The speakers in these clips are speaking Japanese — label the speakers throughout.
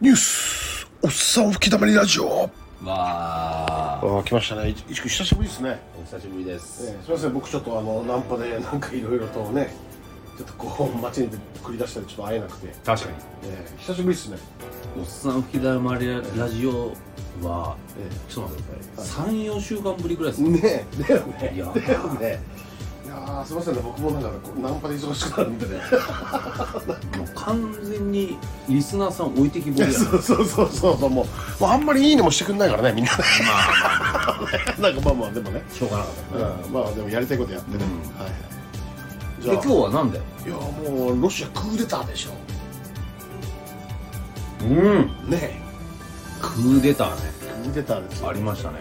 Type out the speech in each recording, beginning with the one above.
Speaker 1: ニュースおっさん吹き溜まりラジオ
Speaker 2: わあ
Speaker 1: ああ来ましたねいい久しぶりですね、
Speaker 2: お久しぶりです、
Speaker 1: ええすいません僕ちょっとあのナンパでなんかいろいろとねちょっとこう街に繰り出したりちょっと会えなくて、え
Speaker 2: 確かに
Speaker 1: え久しぶりですね、
Speaker 2: おっさん吹きだまりラジオは
Speaker 1: え
Speaker 2: ちょっと待ってください34週間ぶりぐらい
Speaker 1: え
Speaker 2: です
Speaker 1: ねえだよね
Speaker 2: いや
Speaker 1: だよねいやーすいませんね僕もなんかこうナンパで忙しくなるんでね
Speaker 2: もう完全にリスナーさん置いてきぼりやな
Speaker 1: そうそうそうそうそうもうもうあんまりいいねもしてくんないからねみんな なんかまあまあでもね、
Speaker 2: しょうがなかった
Speaker 1: うん、まあでもやりたいことやってね、はい
Speaker 2: で今日は何だよ
Speaker 1: いやもうロシアクーデターでしょ
Speaker 2: うん
Speaker 1: ね
Speaker 2: クーデターね
Speaker 1: えクーデターですよ
Speaker 2: ありましたね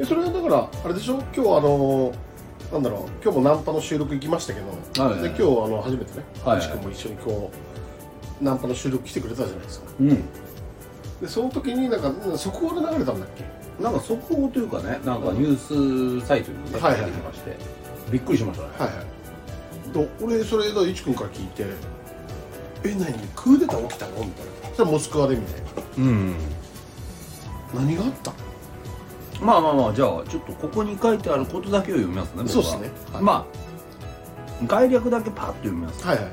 Speaker 1: えそれだからあれでしょ今日あのなんだろう今日もナンパの収録行きましたけど、
Speaker 2: はいはいはい
Speaker 1: で今日あの初めてね
Speaker 2: はいはい
Speaker 1: しかも一緒にこうナンパの収録来てくれたじゃないですか
Speaker 2: うん
Speaker 1: でその時になんかそこで流れたんだっけ
Speaker 2: なんか速報というかねなんかニュースサイトにね出てき
Speaker 1: はいはい
Speaker 2: まして、びっくりしましたね
Speaker 1: はいはいで俺それだいちくんから聞いて「え何クーデター起きたの?」みたいなそしたらモスクワでみたいな
Speaker 2: うん
Speaker 1: 何があった
Speaker 2: まあまあまあじゃあちょっとここに書いてあることだけを読みますね僕は
Speaker 1: そうっすねはい
Speaker 2: まあ概略だけパッと読みます
Speaker 1: はいはい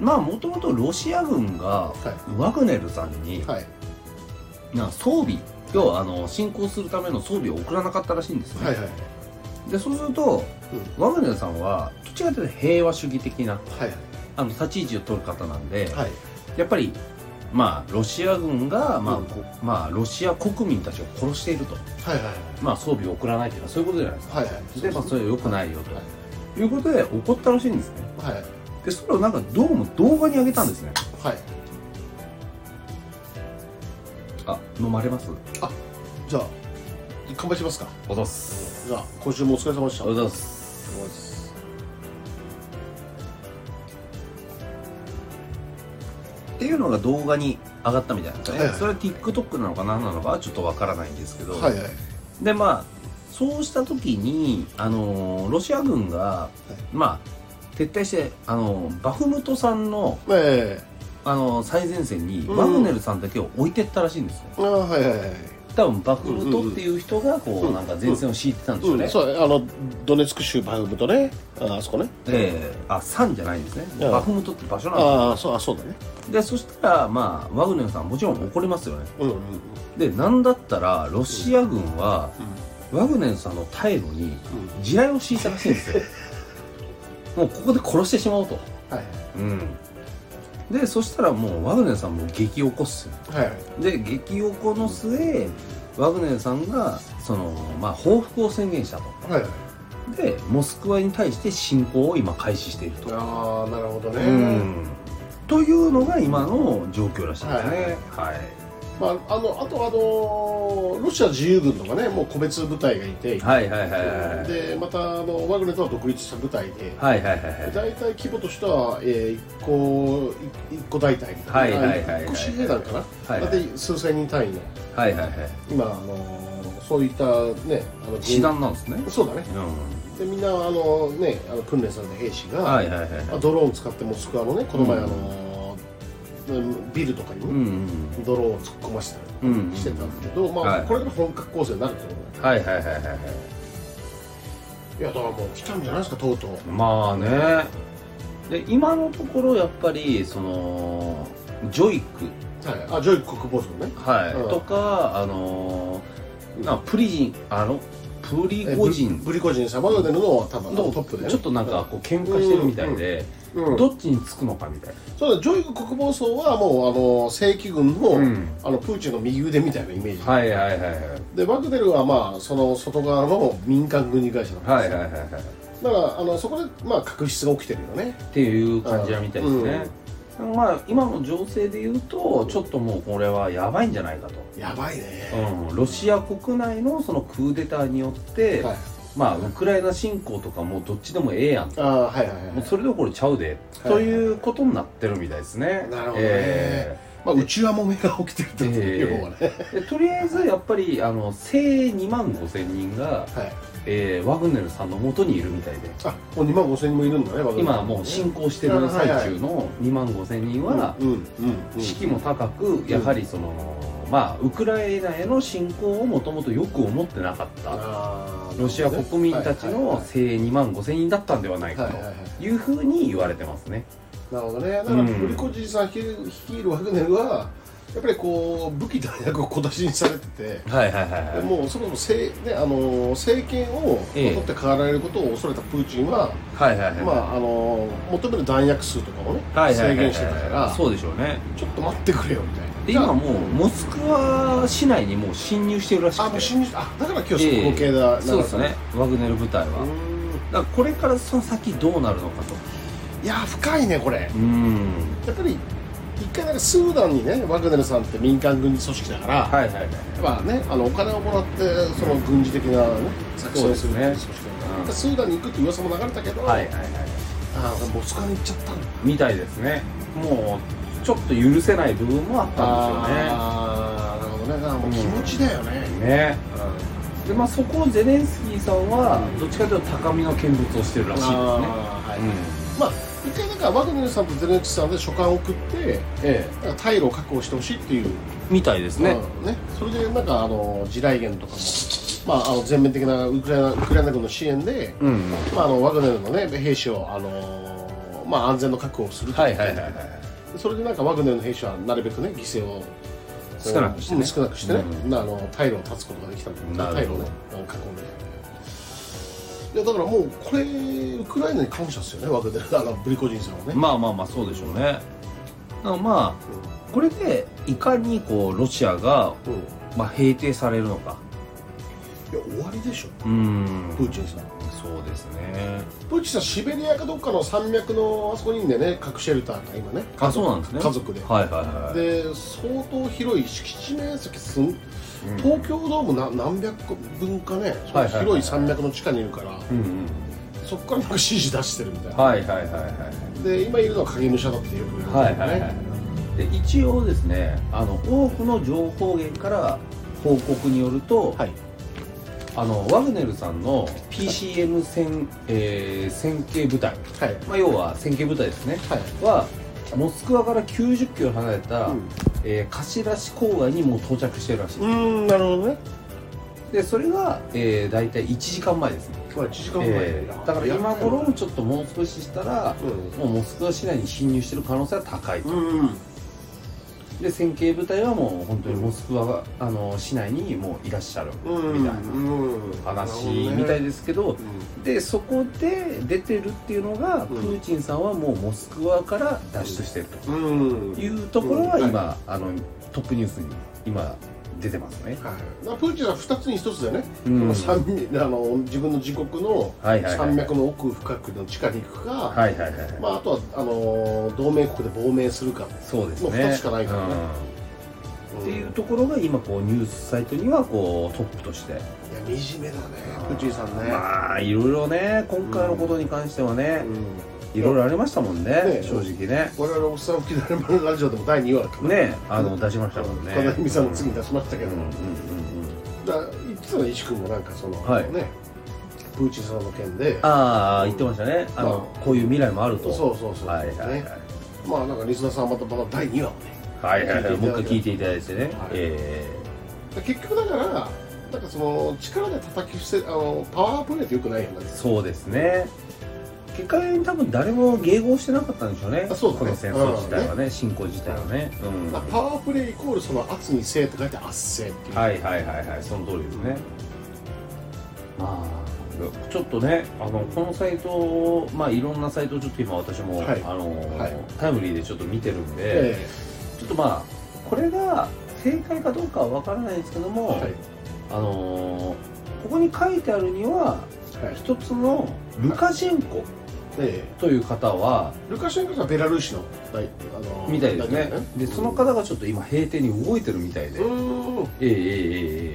Speaker 2: まあもともとロシア軍が
Speaker 1: い
Speaker 2: ワグネルさんに
Speaker 1: はい
Speaker 2: なんか装備要はあの侵攻するための装備を送らなかったらしいんですね、
Speaker 1: はいはい
Speaker 2: でそうするとワグネルさんはどっちかというと平和主義的な
Speaker 1: はい
Speaker 2: あの立ち位置を取る方なんで、
Speaker 1: はい
Speaker 2: やっぱりまあロシア軍が、まあ
Speaker 1: うん
Speaker 2: こまあ、ロシア国民たちを殺していると、
Speaker 1: はいはい
Speaker 2: まあ、装備を送らないというのはそういうことじゃないですか
Speaker 1: はいはい
Speaker 2: でまあそれは良くないよと、、
Speaker 1: はい
Speaker 2: うことで怒ったらしいんですね
Speaker 1: はいはい
Speaker 2: でそれをなんかどうも動画に上げたんですね
Speaker 1: はい
Speaker 2: あ飲まれます
Speaker 1: じゃあ乾杯しますか
Speaker 2: おざす
Speaker 1: じゃあ今週もお疲れ様でした
Speaker 2: おざすっていうのが動画に上がったみたいなんですね、
Speaker 1: はいはい
Speaker 2: それは TikTok なのか何なのかはちょっとわからないんですけど、
Speaker 1: はいはい
Speaker 2: でまあそうした時に、あのーロシア軍が、まあ撤退して、あのーバフムトさんの、
Speaker 1: え
Speaker 2: あのー最前線に
Speaker 1: うん
Speaker 2: ワグネルさんだけを置いてったらしいんですよ、
Speaker 1: えああはいはいはい
Speaker 2: 多分バフムトっていう人がこう、
Speaker 1: うん
Speaker 2: なんか前線を敷いてたんでしょう
Speaker 1: う
Speaker 2: ね、
Speaker 1: ん、そうあのドネツク州バフムとねああそこね
Speaker 2: ええあサンじゃないんですね、
Speaker 1: うん
Speaker 2: バフムトって場所なんですよ
Speaker 1: ああそうあそうだね
Speaker 2: でそしたらまあワグネルさんもちろん怒りますよね
Speaker 1: うんうん
Speaker 2: でなんだったらロシア軍は、ワグネルさんの態度に地雷を敷いたらしいんです よもうここで殺してしまおうと
Speaker 1: はい
Speaker 2: うんでそしたらもうワグネルさんも激怒っすよ
Speaker 1: はい
Speaker 2: で激怒の末ワグネルさんがそのまあ報復を宣言したと
Speaker 1: はいはい
Speaker 2: でモスクワに対して侵攻を今開始していると
Speaker 1: ああなるほどね、
Speaker 2: うんというのが今の状況らしいですねはい
Speaker 1: まあ、あのあとあのロシア自由軍とかねもう個別部隊がいて、
Speaker 2: はいはいはいはいはい
Speaker 1: でまたあのワグネルとは独立した部隊で、
Speaker 2: はいはいはいはい
Speaker 1: 大体規模としては、えー、1個一個大隊みたいな、
Speaker 2: はいはいはいはい
Speaker 1: 1個司令団かな、
Speaker 2: はいはい
Speaker 1: だって数千人単位の
Speaker 2: はいはいはい
Speaker 1: 今、あのーそういったねあの
Speaker 2: 師団なんですね
Speaker 1: そうだね
Speaker 2: う
Speaker 1: でみんな、あのねあの訓練された兵士が、
Speaker 2: んはいはいはいはい
Speaker 1: まあドローン使ってモスクワのねこの前、
Speaker 2: うん
Speaker 1: あのービルとかに、
Speaker 2: うんうん
Speaker 1: ドローンを突っ込ませた
Speaker 2: うんうんうん
Speaker 1: りしてたんだけど、まあ
Speaker 2: はい
Speaker 1: これが本格構成になるってことだね
Speaker 2: はいはいはいはいはい
Speaker 1: いやだからもう来たんじゃないですかとうとう
Speaker 2: まあねで今のところやっぱりそのジョイク、
Speaker 1: はい、あジョイ国防相ね
Speaker 2: はい
Speaker 1: うん
Speaker 2: とかあのーなプリジンあのプリゴジ
Speaker 1: え
Speaker 2: ン
Speaker 1: ブリコジン様が出るのは多分あの
Speaker 2: の
Speaker 1: トップで、ね、
Speaker 2: ちょっとなんかこう喧嘩してるみたいで、
Speaker 1: うん、
Speaker 2: どっちにつくのかみたい
Speaker 1: そうだジョイ国防相はもうあの正規軍の,、
Speaker 2: な、うん、
Speaker 1: あのプーチンの右腕みたいなイメージ、
Speaker 2: はいはいはいはい
Speaker 1: でワグネルはまあその外側の民間軍事会社なんですよ
Speaker 2: はいはいはいはい
Speaker 1: だからあのそこでまあ確執が起きてるよね
Speaker 2: っていう感じはみたいですね、まあ今の情勢で言うとちょっともうこれはやばいんじゃないかと、
Speaker 1: やばいね、
Speaker 2: うん、ロシア国内のそのクーデターによって、
Speaker 1: はい
Speaker 2: まあウクライナ侵攻とかもうどっちでもええやん
Speaker 1: ああはいはいはい
Speaker 2: もうそれどころちゃうで、
Speaker 1: はい
Speaker 2: ということになってるみたいですね
Speaker 1: なるほどね
Speaker 2: え
Speaker 1: まあ内輪もめが起きてるってこと
Speaker 2: ええ
Speaker 1: 要はね
Speaker 2: でとりあえずやっぱりあの生2万5千人が、
Speaker 1: はい
Speaker 2: えーワグネルさんの元にいるみたいで
Speaker 1: あもう2万5千人もいるんだねワグネル
Speaker 2: 今もう進行してる最中の2万5千人は
Speaker 1: うんうんうん
Speaker 2: 士気も高くやはりその、まあウクライナへの侵攻をもともとよく思ってなかった
Speaker 1: あー
Speaker 2: ロシア国民たち
Speaker 1: は
Speaker 2: の
Speaker 1: い
Speaker 2: 生2万5千人だったんではない
Speaker 1: は
Speaker 2: か
Speaker 1: いはいはいはい
Speaker 2: というふうに言われてますね。
Speaker 1: なるほどねだか
Speaker 2: う
Speaker 1: ら
Speaker 2: ん
Speaker 1: プリコジンさん率いる率いるワグネルはやっぱりこう武器弾薬を小出しにされてて
Speaker 2: はいはいはい
Speaker 1: でもうそもそもせい、ね、あの政権を
Speaker 2: ええ
Speaker 1: 取って代わられることを恐れたプーチンは、
Speaker 2: はいはいはい
Speaker 1: まあ、あの求める弾薬数とかをね、
Speaker 2: はいはいは
Speaker 1: 制
Speaker 2: いはい
Speaker 1: 限してたから
Speaker 2: そうでしょうね
Speaker 1: ちょっと待ってくれよみたいな
Speaker 2: で
Speaker 1: じゃあ
Speaker 2: 今もうモスクワ市内にもう侵入してるらしく
Speaker 1: あ
Speaker 2: て
Speaker 1: もう侵入したあだから今日そこ系だ、
Speaker 2: そうですねワグネル部隊は、
Speaker 1: うー
Speaker 2: だか
Speaker 1: ん
Speaker 2: らこれからその先どうなるのかと
Speaker 1: いや深いねこれや
Speaker 2: うん
Speaker 1: っぱり一回なんかスーダンにねワグネルさんって民間軍事組織だから、
Speaker 2: はいはいはい
Speaker 1: まあね、あのお金をもらってその軍事的な、ね、作戦をする
Speaker 2: そうですねうん
Speaker 1: スーダンに行くって噂も流れたけど、
Speaker 2: はいはいはい
Speaker 1: ああモスクワに行っちゃったんだ
Speaker 2: みたいですねもうちょっと許せない部分もあった
Speaker 1: ああなるほどねだからもう気持ちだよね
Speaker 2: んですよねねでまあそこをゼレンスキーさんはどっちかというと高みの見物をしてるらしいですね
Speaker 1: あーはい
Speaker 2: うん
Speaker 1: まあ一回なんかワグネルさんとゼレンスキーさんで書簡を送って
Speaker 2: え
Speaker 1: なんか退路を確保してほしいっていう、
Speaker 2: えみたいですね、
Speaker 1: うんねそれでなんかあの地雷原とかも、まあ、あの全面的なウクライナウクライナ軍の支援で、
Speaker 2: うん
Speaker 1: まあ、あのワグネルの、ね、兵士を、あのーまあ、安全の確保をすると
Speaker 2: はいはいはいはい
Speaker 1: それでなんかワグネルの兵士はなるべくね犠牲をこう
Speaker 2: 少なくしてね
Speaker 1: うん少なくしてね、
Speaker 2: う
Speaker 1: なあの退路を断つことができたんだ
Speaker 2: なる
Speaker 1: 退路
Speaker 2: ほ
Speaker 1: を
Speaker 2: ど
Speaker 1: ねうん確保できたいやだからもうこれウクライナに感謝ですよねワグネルあのブリコジンさんはね、
Speaker 2: まあまあまあそうでしょうねだからまあこれでいかにこうロシアが、
Speaker 1: うんうんい
Speaker 2: まあ、平定されるのか
Speaker 1: や終わりでしょ
Speaker 2: うん
Speaker 1: プーチンさん
Speaker 2: そうですね
Speaker 1: プーチンさんシベリアかどっかの山脈のあそこにいんだよね核シェルターが今ね
Speaker 2: あそうなんですね
Speaker 1: 家族で、
Speaker 2: はいはいはい
Speaker 1: で相当広い敷地面積すん
Speaker 2: うん
Speaker 1: 東京ドームな何百個分かね、
Speaker 2: はいはいはい
Speaker 1: 広い山脈の地下にいるから、
Speaker 2: うんうん
Speaker 1: そこからなんか指示出してるみたいな、
Speaker 2: はいはいはいはい
Speaker 1: で今いるのは影武者だってよく言わ
Speaker 2: は
Speaker 1: れ
Speaker 2: い
Speaker 1: てる
Speaker 2: はいは
Speaker 1: ね
Speaker 2: いで一応ですねあの多くの情報源から報告によると、
Speaker 1: はい
Speaker 2: あのワグネルさんの PCM 戦,、えー戦型部隊、
Speaker 1: はい
Speaker 2: まあ、要は戦型部隊ですね
Speaker 1: はい
Speaker 2: はモスクワから90キロ離れた、
Speaker 1: うん
Speaker 2: えー貸し出し郊外にもう到着してるらしい、
Speaker 1: うんなるほどね
Speaker 2: でそれが、えー、大体1時間前ですね、
Speaker 1: まあ1時間前、
Speaker 2: えーだから今頃ちょっともう少ししたら
Speaker 1: う
Speaker 2: もうモスクワ市内に侵入してる可能性は高いと
Speaker 1: ん、うん、
Speaker 2: で戦警部隊はもう本当にモスクワがあの市内にもういらっしゃるみ
Speaker 1: うん
Speaker 2: たい
Speaker 1: う
Speaker 2: な
Speaker 1: ん
Speaker 2: 話みたい
Speaker 1: なる
Speaker 2: ですけど
Speaker 1: ほどね
Speaker 2: でそこで出てるっていうのが
Speaker 1: ん
Speaker 2: プーチンさんはもうモスクワから脱出してると
Speaker 1: うん、うんはい
Speaker 2: いうところは
Speaker 1: うん
Speaker 2: 今、あのトップニュースに今出てますね。
Speaker 1: だからプーチンは2つに1つだよね、
Speaker 2: うん
Speaker 1: 山あの自分の自国の
Speaker 2: はいはいはい
Speaker 1: 山脈の奥深くの地下に行くか、
Speaker 2: はいはいはい、
Speaker 1: まあ、あとはあの同盟国で亡命するか、
Speaker 2: そうですね。
Speaker 1: もう二つしかないからね
Speaker 2: うん
Speaker 1: うん
Speaker 2: って
Speaker 1: い
Speaker 2: い
Speaker 1: や
Speaker 2: うところが今こうニュースサイトにはこうトップとして
Speaker 1: 惨めだねプーチンさんね、
Speaker 2: まあいろいろね今回のことに関してはね
Speaker 1: うん
Speaker 2: いろいろありましたもんね
Speaker 1: ね
Speaker 2: 正直ね
Speaker 1: 我々おっさん吹きだるまのラジオでも第2話だから
Speaker 2: ねあの出しましたもんね
Speaker 1: 深田美さんの次に出しましたけ
Speaker 2: うん
Speaker 1: ど、
Speaker 2: うんうんうん
Speaker 1: だから言ってたの石君もなんかその、
Speaker 2: はい
Speaker 1: ねプーチンさんの件で
Speaker 2: ああ言ってましたねあの
Speaker 1: まあ
Speaker 2: こういう未来もある
Speaker 1: そ
Speaker 2: と
Speaker 1: うそうそうそう、
Speaker 2: はいはいはい
Speaker 1: ねまあなんかリスナーさんはまたまた第2話をね
Speaker 2: はいはいはいもう一回聞い
Speaker 1: て
Speaker 2: ていただいてね
Speaker 1: はい
Speaker 2: え
Speaker 1: 結局だからなんかその力で叩き伏せあのパワープレイってよくないよね
Speaker 2: えそうですね結果的に多分誰も迎合してなかったんでしょうね
Speaker 1: あそうだね
Speaker 2: この戦争自体はね侵攻自体はねうん
Speaker 1: まあ
Speaker 2: は
Speaker 1: パワープレイイコールその圧にせいと書いて圧政っていう、
Speaker 2: いはいはいはいその通りですねまあちょっとねあのこのサイトまあいろんなサイトをちょっと今私もあ
Speaker 1: はい
Speaker 2: の
Speaker 1: はい
Speaker 2: タイムリーでちょっと見てるんで
Speaker 1: え
Speaker 2: ちょっとまあこれが正解かどうかは分からないですけど
Speaker 1: え
Speaker 2: も、
Speaker 1: はい
Speaker 2: あのーここに書いてあるには
Speaker 1: はい
Speaker 2: 一つのルカシェンコ
Speaker 1: え
Speaker 2: という方は
Speaker 1: えルカシェンコさんはベラルーシの大あの
Speaker 2: みたいですね
Speaker 1: 大統領
Speaker 2: でその方がちょっと今平定に動いてるみたいで、
Speaker 1: うーん
Speaker 2: ええええ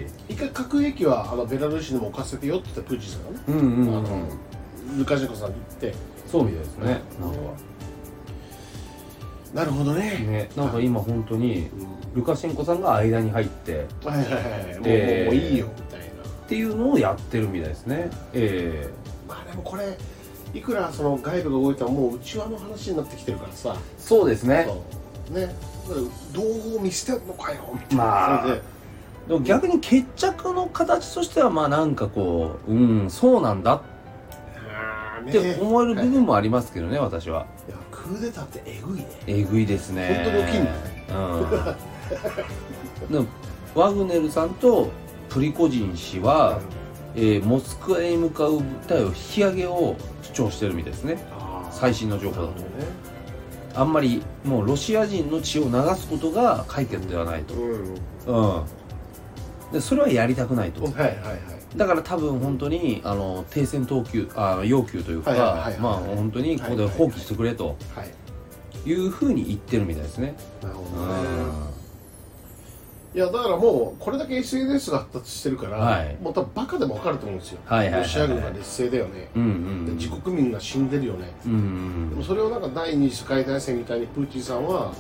Speaker 2: え
Speaker 1: 一回核兵器はあのベラルーシにも置かせてよって言ったプーチンさんがね、
Speaker 2: えうんうん、
Speaker 1: あ
Speaker 2: う
Speaker 1: の
Speaker 2: ん、
Speaker 1: ルカシェンコさんに言って
Speaker 2: そうみたいですねなんか
Speaker 1: なるほどね
Speaker 2: ね、なんか今本当に
Speaker 1: うん
Speaker 2: ルカシェンコさんが間に入って
Speaker 1: はいはいはいもう,、
Speaker 2: で
Speaker 1: もういいよみたいな
Speaker 2: っていうのをやってるみたいですねえ
Speaker 1: まあでもこれいくらその外部が動いたらもう内輪の話になってきてるからさ
Speaker 2: えそうですね
Speaker 1: そうね道具を見捨てるのかよみたいな
Speaker 2: まあ
Speaker 1: それで
Speaker 2: でも逆に決着の形としてはまあなんかこううんそうなんだ
Speaker 1: あー
Speaker 2: っ
Speaker 1: ね
Speaker 2: て思える部分もありますけどね、私はい
Speaker 1: やクーデターってえぐいね
Speaker 2: えぐいですね
Speaker 1: 本当に大きいんだ
Speaker 2: うんでもワグネルさんとプリコジン氏は、えーモスクワへ向かう部隊を引き上げを主張してるみたいですね
Speaker 1: あー
Speaker 2: 最新の情
Speaker 1: な
Speaker 2: 報
Speaker 1: る
Speaker 2: だ
Speaker 1: ほど
Speaker 2: と
Speaker 1: ね
Speaker 2: あんまりもうロシア人の血を流すことが解決ではないと、
Speaker 1: うん
Speaker 2: うん、でそれはやりたくないと、
Speaker 1: はいはいはい
Speaker 2: だから多分本当にあの停戦等級あ要求というか、
Speaker 1: はいはいはいはい
Speaker 2: まあ本当にここで放棄してくれと
Speaker 1: はい
Speaker 2: いうふうに言ってるみたいですね、
Speaker 1: なるほ
Speaker 2: う
Speaker 1: どね
Speaker 2: ん
Speaker 1: いやだからもうこれだけ SNS が発達してるから、
Speaker 2: はい
Speaker 1: もう多分バカでも分かると思うんですよ、
Speaker 2: はいはいはいはい
Speaker 1: ロシア軍が劣勢だよね、
Speaker 2: うん
Speaker 1: で自国民が死んでるよね、
Speaker 2: うんうん
Speaker 1: でもそれをなんか第二次世界大戦みたいにプーチンさんは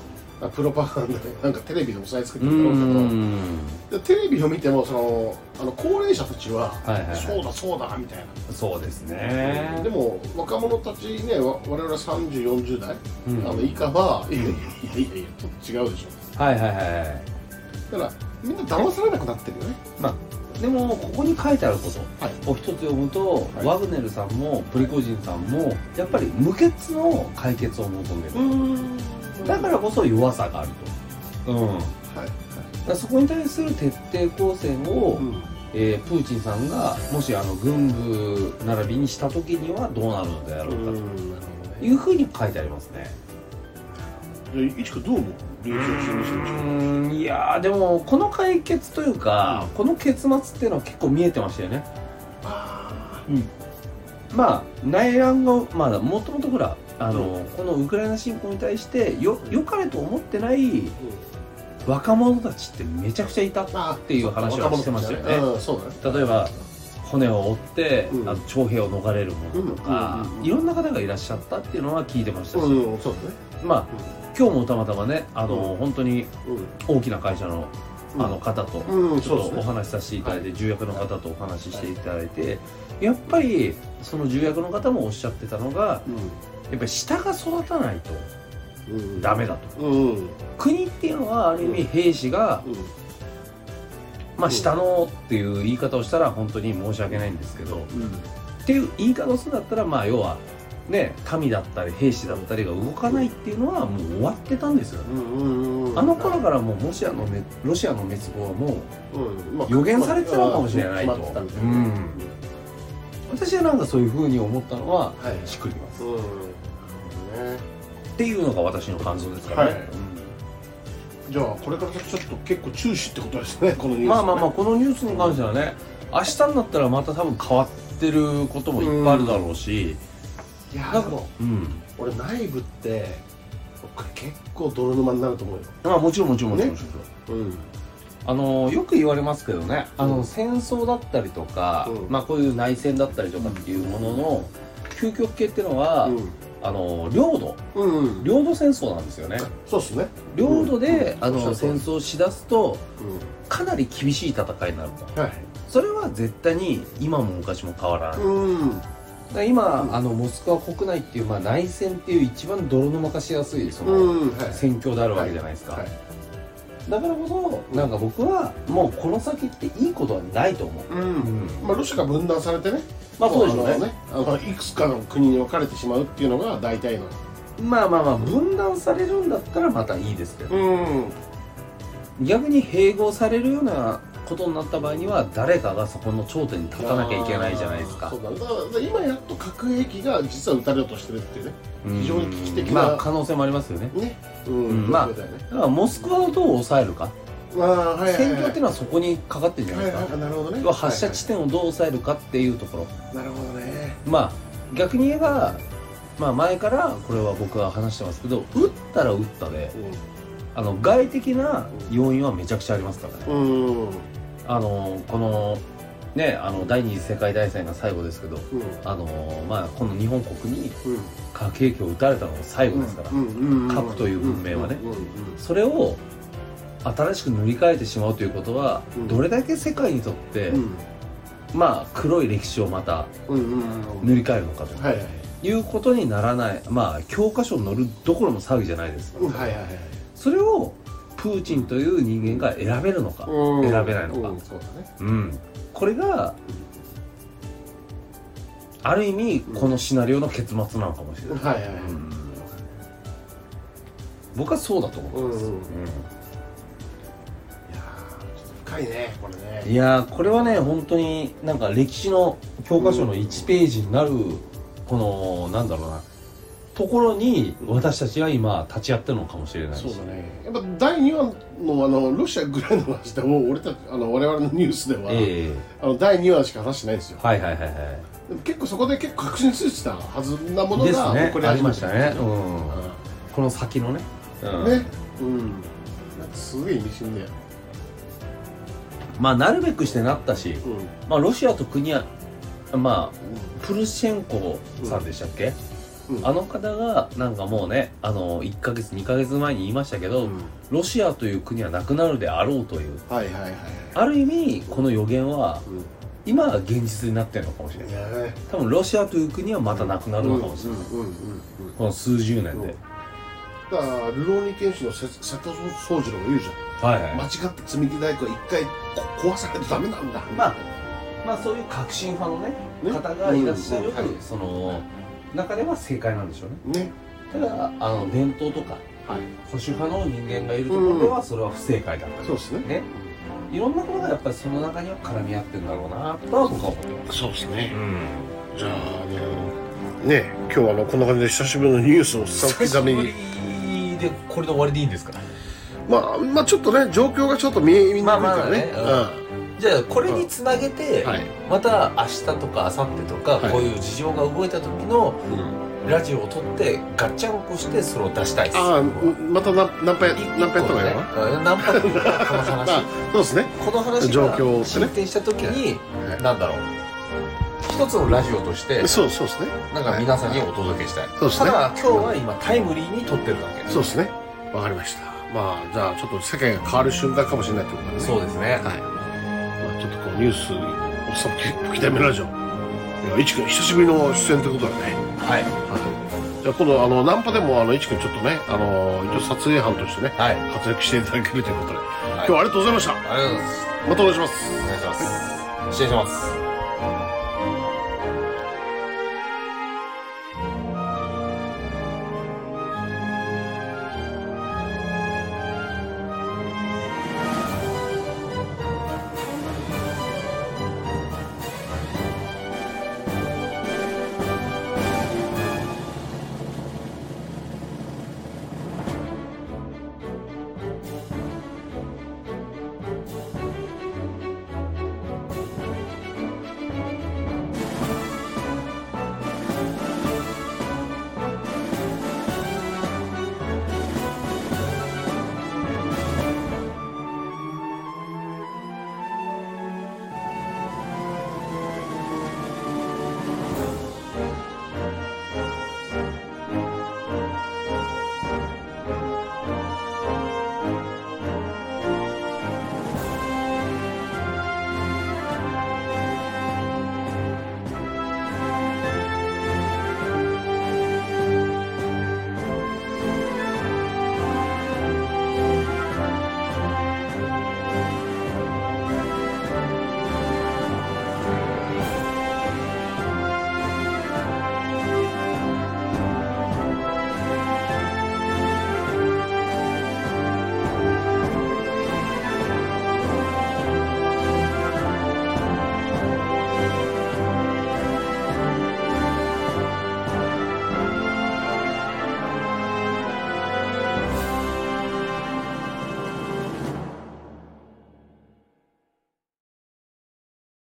Speaker 1: あプロパガンダでなんかテレビで押さえつけて
Speaker 2: う
Speaker 1: るんだろうけど、
Speaker 2: ん
Speaker 1: でテレビを見てもそのあの高齢者たちは、
Speaker 2: はいはいはい
Speaker 1: そうだそうだみたい
Speaker 2: そうです
Speaker 1: な、
Speaker 2: ね
Speaker 1: でも若者たちねわ我々は3040代、
Speaker 2: うん
Speaker 1: あの以下はいやいやいやいやちょっと違うでしょ
Speaker 2: はいはいはいはい
Speaker 1: だからみんな騙されなくなってるよね
Speaker 2: まあでもここに書いてあること
Speaker 1: はい
Speaker 2: を一つ読むと、
Speaker 1: はい
Speaker 2: ワグネルさんもプリコジンさんもやっぱり無血の解決を求める、
Speaker 1: うん
Speaker 2: だからこそ弱さがあると、うん、だ
Speaker 1: はい
Speaker 2: からそこに対する徹底抗戦を、
Speaker 1: うん
Speaker 2: えープーチンさんがもしあの軍部並びにした時にはどうなるのであろうかというふうに書いてありますね
Speaker 1: いちこどう思う臨床心理士の人
Speaker 2: うんいやーでもこの解決というか、
Speaker 1: う
Speaker 2: この結末っていうのは結構見えてましたよね
Speaker 1: あ
Speaker 2: まあ内乱がまあもともとほらあの、このウクライナ侵攻に対してよ良かれと思ってない
Speaker 1: ー
Speaker 2: 若者たちってめちゃくちゃいた
Speaker 1: まあ
Speaker 2: っていう話はしてましたよね
Speaker 1: うんそうだね
Speaker 2: 例えば骨を折って、
Speaker 1: うん
Speaker 2: あの徴兵を逃れる者とか、
Speaker 1: うんうんうんうん
Speaker 2: いろんな方がいらっしゃったっていうのは聞いてましたし、
Speaker 1: うんそうだね
Speaker 2: まあ今日もたまたまねあの、
Speaker 1: うん
Speaker 2: 本当に
Speaker 1: う
Speaker 2: 大きな会社の
Speaker 1: ん
Speaker 2: あの方と、
Speaker 1: うん
Speaker 2: ち
Speaker 1: そ
Speaker 2: ょ
Speaker 1: う
Speaker 2: っ
Speaker 1: です
Speaker 2: とお
Speaker 1: ね
Speaker 2: 話しさせていただいて、重役の方とお話ししていただいて、やっぱりその重役の方もおっしゃってたのがやっぱり下が育たないと
Speaker 1: うんうん
Speaker 2: ダメだと
Speaker 1: うんうん
Speaker 2: 国っていうのはある意味兵士が、まあ、下のっていう言い方をしたら本当に申し訳ないんですけどっていう言い方をするんだったらまあ要はね民だったり兵士だったりが動かないっていうのはもう終わってたんですよ
Speaker 1: うんうんうん
Speaker 2: あの頃からもうロシアの滅ロシアの滅亡はもう
Speaker 1: うんまあ
Speaker 2: 予言されてたのかもしれないと
Speaker 1: 決まってたみたいな
Speaker 2: うん私はなんかそういうふうに思ったのは
Speaker 1: はい
Speaker 2: しっくりきます
Speaker 1: うんね
Speaker 2: っていうのが私の感想ですからね、
Speaker 1: はい
Speaker 2: うん
Speaker 1: じゃあこれからちょっと結構注視ってことですねこのニュースね
Speaker 2: まあまあまあこのニュースに関してはね明日になったらまた多分変わってることもいっぱいあるだろうし、
Speaker 1: いや
Speaker 2: なん
Speaker 1: ー
Speaker 2: か
Speaker 1: でも
Speaker 2: うん
Speaker 1: 俺内部ってこれ結構泥沼になると思うよ
Speaker 2: まあもちろんもちろんもちろん、
Speaker 1: ねうん
Speaker 2: あのよく言われますけどねあ
Speaker 1: う
Speaker 2: の
Speaker 1: ん
Speaker 2: 戦争だったりとか、
Speaker 1: うん
Speaker 2: まあ、こういう内戦だったりとかっていうものの究極系っていうのは、あの領土
Speaker 1: うんうん
Speaker 2: 領土戦争なんですよね
Speaker 1: そうっすね
Speaker 2: 領土で、
Speaker 1: うん
Speaker 2: あ
Speaker 1: そう
Speaker 2: の
Speaker 1: そう
Speaker 2: 戦争をしだすと
Speaker 1: う
Speaker 2: かなり厳しい戦いになると
Speaker 1: んはい
Speaker 2: それは絶対に今も昔も変わらない、
Speaker 1: うん
Speaker 2: だから今、
Speaker 1: うん
Speaker 2: あのモスクワ国内っていう、まあ、内戦っていう一番泥沼化しやすいその、
Speaker 1: うんはい
Speaker 2: 戦況であるわけじゃないですか、
Speaker 1: はい
Speaker 2: だからこそなんか僕はもうこの先っていいことはないと思う、
Speaker 1: うんまあロシアが分断されてね
Speaker 2: まあそうでしょうね
Speaker 1: あのあのいくつかの国に分かれてしまうっていうのが大体の
Speaker 2: まあまあまあ分断されるんだったらまたいいですけど、
Speaker 1: ん
Speaker 2: 逆に併合されるようなことになった場合には誰かがそこの頂点に立たなきゃいけないじゃないですか
Speaker 1: そうだねだから今やっと核兵器が実は撃たれようとしてるっていうね
Speaker 2: うん
Speaker 1: 非常に危機的な
Speaker 2: まあ可能性もありますよね
Speaker 1: ねう
Speaker 2: うんまあ
Speaker 1: そうだよね
Speaker 2: だからモスクワをどう抑えるか、
Speaker 1: あーはいはい
Speaker 2: 戦況っていうのはそこにかかってるじゃな
Speaker 1: はいい
Speaker 2: ですか、
Speaker 1: はいなるほどね
Speaker 2: 要は発射地点をどう抑えるかっていうところ、
Speaker 1: はいはいなるほどね
Speaker 2: まあ逆に言えば、まあ、前からこれは僕は話してますけど打ったら打ったであの外的な要因はめちゃくちゃありますからね
Speaker 1: うんうん
Speaker 2: あのこのねあの第二次世界大戦が最後ですけど
Speaker 1: うんうん
Speaker 2: あのーまあこの日本国に
Speaker 1: うん
Speaker 2: 核兵器を撃たれたのが最後ですから、
Speaker 1: うんうんうん
Speaker 2: 核という文明はね
Speaker 1: うんうんうん
Speaker 2: それを新しく塗り替えてしまうということは、
Speaker 1: うん
Speaker 2: どれだけ世界にとって、
Speaker 1: うん
Speaker 2: まあ黒い歴史をまた
Speaker 1: うんうんうん
Speaker 2: 塗り替えるのかと
Speaker 1: はいはい
Speaker 2: いうことにならないまあ教科書に載るどころの騒ぎじゃないです
Speaker 1: うんはいはいはい
Speaker 2: それをプーチンという人間が選べるのか、
Speaker 1: うん
Speaker 2: 選べないのか
Speaker 1: うんそうだね
Speaker 2: うん、これがある意味このシナリオの結末なのかもしれない、
Speaker 1: はいはいはい
Speaker 2: うん僕はそうだと思
Speaker 1: う
Speaker 2: うんんです、
Speaker 1: うんいやーちょっと深いねこれね
Speaker 2: いやーこれはね本当になんか歴史の教科書の1ページになるこのなんだろうなところに私たちは今立ち会ってるのかもしれないし
Speaker 1: そうだねやっぱ第2話のあのロシアぐらいの話でもう俺たちあの我々のニュースでは、
Speaker 2: ええ
Speaker 1: あの第2話しか話してないんですよ
Speaker 2: はいはいはいはい
Speaker 1: でも結構そこで結構確信ついてたはずなもの
Speaker 2: で
Speaker 1: が
Speaker 2: すね
Speaker 1: これ
Speaker 2: あ
Speaker 1: 始
Speaker 2: り
Speaker 1: め
Speaker 2: ま
Speaker 1: て
Speaker 2: したね、うん、この先のね、
Speaker 1: う
Speaker 2: うんん
Speaker 1: ねうんなんかすげえ意味深だよ、
Speaker 2: まあなるべくしてなったし、
Speaker 1: うんうん
Speaker 2: まあ、ロシアと国はまあプルシェンコさんでしたっけ、
Speaker 1: うん
Speaker 2: あの方がなんかもうねあの1ヶ月2ヶ月前に言いましたけど、
Speaker 1: うん
Speaker 2: ロシアという国はなくなるであろうという
Speaker 1: はいはいはい、
Speaker 2: ある意味この予言は
Speaker 1: うん
Speaker 2: 今は現実になってるのかもしれない
Speaker 1: いやね
Speaker 2: 多分ロシアという国はまたなくなるのかもしれない、
Speaker 1: うんうんうんうん
Speaker 2: この数十年で、
Speaker 1: うんだからルローニケンシの瀬瀬戸宗次郎が言うじゃ
Speaker 2: はいはい
Speaker 1: ん間違って積み木細工は一回こ壊さないとダメなんだ
Speaker 2: まあまあそういう革新派のね
Speaker 1: ね
Speaker 2: 方がいらっしゃる、
Speaker 1: うんはい
Speaker 2: その中では正解なんでしょうね
Speaker 1: ね
Speaker 2: ただあの伝統とか
Speaker 1: はい
Speaker 2: 保守派の人間がいるところではそれは不正解だった
Speaker 1: そうですね
Speaker 2: ねいろんなことがやっぱりその中には絡み合ってるんだろうなとは僕は思ってます
Speaker 1: そうですね
Speaker 2: うん
Speaker 1: じゃああのね今日はあのこんな感じで久しぶりのニュースを
Speaker 2: 久
Speaker 1: 先
Speaker 2: し
Speaker 1: 刻
Speaker 2: ぶ
Speaker 1: み
Speaker 2: り
Speaker 1: に
Speaker 2: でこれで終わりでいいんですか
Speaker 1: まあまあちょっとね状況がちょっと見え見にくい
Speaker 2: まあま
Speaker 1: か
Speaker 2: あ
Speaker 1: らね
Speaker 2: ねじゃあこれにつなげて、
Speaker 1: うんはい
Speaker 2: また明日とか明後日とか、
Speaker 1: はい
Speaker 2: こういう事情が動いた時の
Speaker 1: うん
Speaker 2: ラジオを撮ってガッチャンコしてそれを出したいです
Speaker 1: ああまた何何杯何杯やったのやろな
Speaker 2: な何杯とかこの話
Speaker 1: あそうですね
Speaker 2: この話
Speaker 1: 状況を追
Speaker 2: が
Speaker 1: ってね
Speaker 2: 進展した時に、
Speaker 1: は
Speaker 2: なんだろう一つのラジオとして
Speaker 1: いそうそうですね
Speaker 2: なんか皆さんにお届けしたい、
Speaker 1: そうですね
Speaker 2: ただ今日は今タイムリーに撮ってるだけ
Speaker 1: そうですねわかりましたまあじゃあちょっと世界が変わる瞬間かもしれないってことだね
Speaker 2: そうですね
Speaker 1: はい、まあ、ちょっとこうニュースおっさん吹きだめラジオいやいちくん久しぶりの出演ってことだね
Speaker 2: はい
Speaker 1: はいじゃあ今度あのナンパでもあのいちくんちょっとねあの一応撮影班としてね
Speaker 2: はい、
Speaker 1: 活躍していただけるということで、
Speaker 2: は
Speaker 1: 今
Speaker 2: い、
Speaker 1: 日はありがとうございました
Speaker 2: ありがとうございます
Speaker 1: またお願いします
Speaker 2: お願いします失礼します